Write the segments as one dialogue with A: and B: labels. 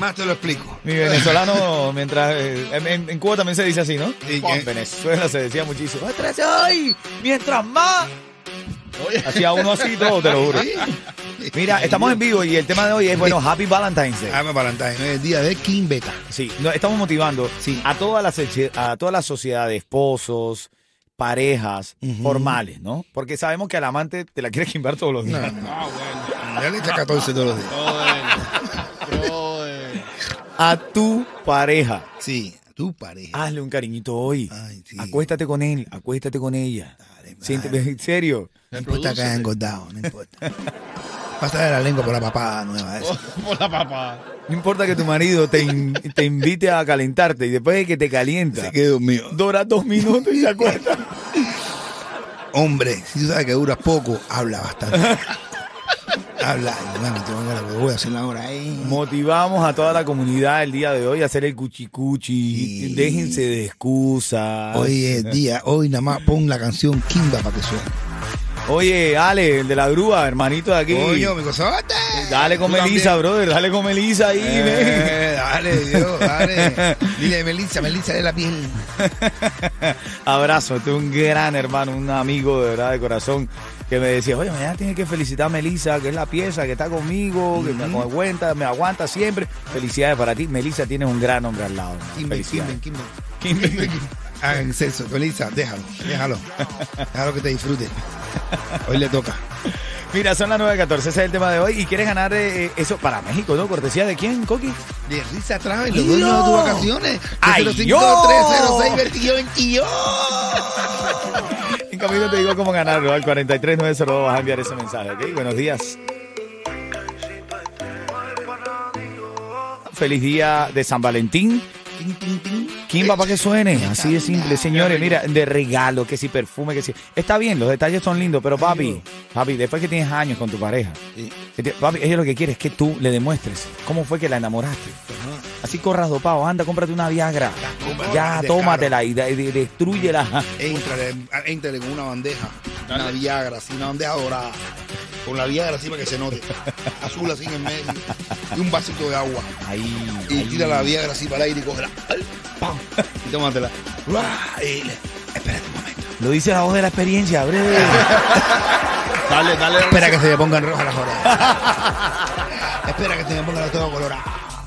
A: Más te lo explico.
B: Mi venezolano, mientras. eh, en, en Cuba también se dice así, ¿no?
A: Sí,
B: Juan
A: que-
B: Venezuela se decía muchísimo. "913 hoy! Mientras más. Hacía uno así y todo, te lo juro. Mira, estamos en vivo y el tema de hoy es, bueno, Happy Valentine's Day.
A: Ah, me Valentine.
C: el día de Kim Beta.
B: Sí, no, estamos motivando
C: Sí.
B: a toda la socie- a toda la sociedad de esposos, parejas formales, ¿no? Porque sabemos que al amante te la quieres quimbar todos los días.
C: Ah,
A: Ya le echa 14 todos los días.
B: A tu pareja,
C: Sí, tu pareja.
B: hazle un cariñito hoy.
C: Ay, sí.
B: Acuéstate con él, acuéstate con ella. Siente- en serio.
C: No importa que haya engordado, no importa. Pásale la lengua por la papada nueva esa.
B: No importa que tu marido te, in- te invite a calentarte y después de que te calienta,
C: Se quedó mío.
B: dura dos minutos y se acuesta.
C: Hombre, si tú sabes que duras poco, habla bastante. habla, hermano, te van a lo que voy a hacer ahora ahí.
B: Motivamos a toda la comunidad el día de hoy a hacer el cuchicuchi.
C: Sí.
B: Déjense de excusas.
C: Hoy es día, hoy nada más pon la canción Kimba para que suene.
B: Oye, Ale, el de la grúa, hermanito de aquí.
C: Coño, mi cosote.
B: dale con
C: Tú
B: Melisa, brother. Dale con Melisa ahí. ven.
C: Eh, dale, Dios, dale. Dile, Melissa, Melissa, de la piel.
B: Abrazo. Este es un gran hermano, un amigo de verdad, de corazón. Que me decía, oye, mañana tienes que felicitar a Melisa, que es la pieza que está conmigo, que me aguanta, me aguanta siempre. Felicidades para ti. Melisa, tienes un gran hombre al lado. hermano.
C: Kimber,
B: Felicidades.
C: Kimber, Kimber.
B: Kimber.
C: Hagan sexo, Melissa, déjalo, déjalo. Déjalo que te disfrute. Hoy le toca.
B: Mira, son las 9.14, ese es el tema de hoy. ¿Y quieres ganar eh, eso para México, no? ¿Cortesía de quién, Coqui?
C: De risa Travel,
B: ¡Yo!
C: los dueños de tus vacaciones.
B: ¡Ay,
C: 305-306-21.
B: En camino te digo cómo ganarlo. Al 43902 vas a enviar ese mensaje, ¿ok? Buenos días. Feliz día de San Valentín.
C: Tin, tin, tin.
B: ¿Quién va para que suene? Así de simple, señores. Mira, de regalo, que si perfume, que si. Está bien, los detalles son lindos, pero papi, papi, después que tienes años con tu pareja,
C: Sí.
B: que te- papi, ella lo que quiere es que tú le demuestres cómo fue que la enamoraste. Así corras dopado, anda, cómprate una Viagra.
C: cómprate
B: Ya,
C: de
B: tómatela y de- de- destrúyela.
C: Éntrale, éntrale con e una bandeja, una Viagra, así, una bandeja dorada. Con la Viagra así para que se note. Azul así en el medio. Y un vasito de agua.
B: Ahí,
C: Y tira la Viagra así para el aire y cógela. ¡Pam! Y tómatela. ¡Ruah! Y le- Espérate un momento.
B: Lo dice la voz de la experiencia, bre.
A: Dale, dale.
C: Espera que se me pongan rojas las orejas. Espera que se me pongan las todas coloradas.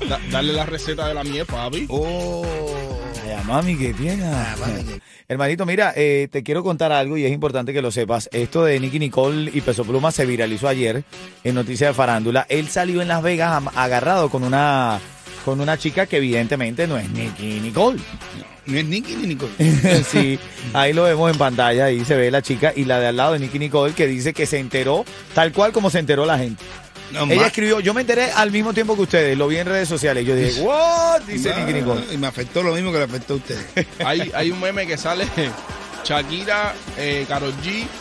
D: Da- dale la receta de la miel, papi.
C: Oh.
B: Ay, mami, qué pena.
C: Ah, mami, qué-
B: Hermanito, mira, eh, te quiero contar algo y es importante que lo sepas. Esto de Nicky Nicole y Peso Pluma se viralizó ayer en Noticias de Farándula. Él salió en Las Vegas am- agarrado con una, con una chica que evidentemente no es Nicky Nicole.
C: No es Nicky ni Nicole.
B: sí, ahí lo vemos en pantalla, ahí se ve la chica y la de al lado de Nicky Nicole que dice que se enteró tal cual como se enteró la gente.
C: No,
B: Ella
C: ma-
B: escribió, yo me enteré al mismo tiempo que ustedes, lo vi en redes sociales. Yo dije, ¿what? Dice
C: ma-
B: Nicky Nicole.
C: Y me afectó lo mismo que le afectó a ustedes.
D: Hay, hay un meme que sale Shakira, eh, Karol G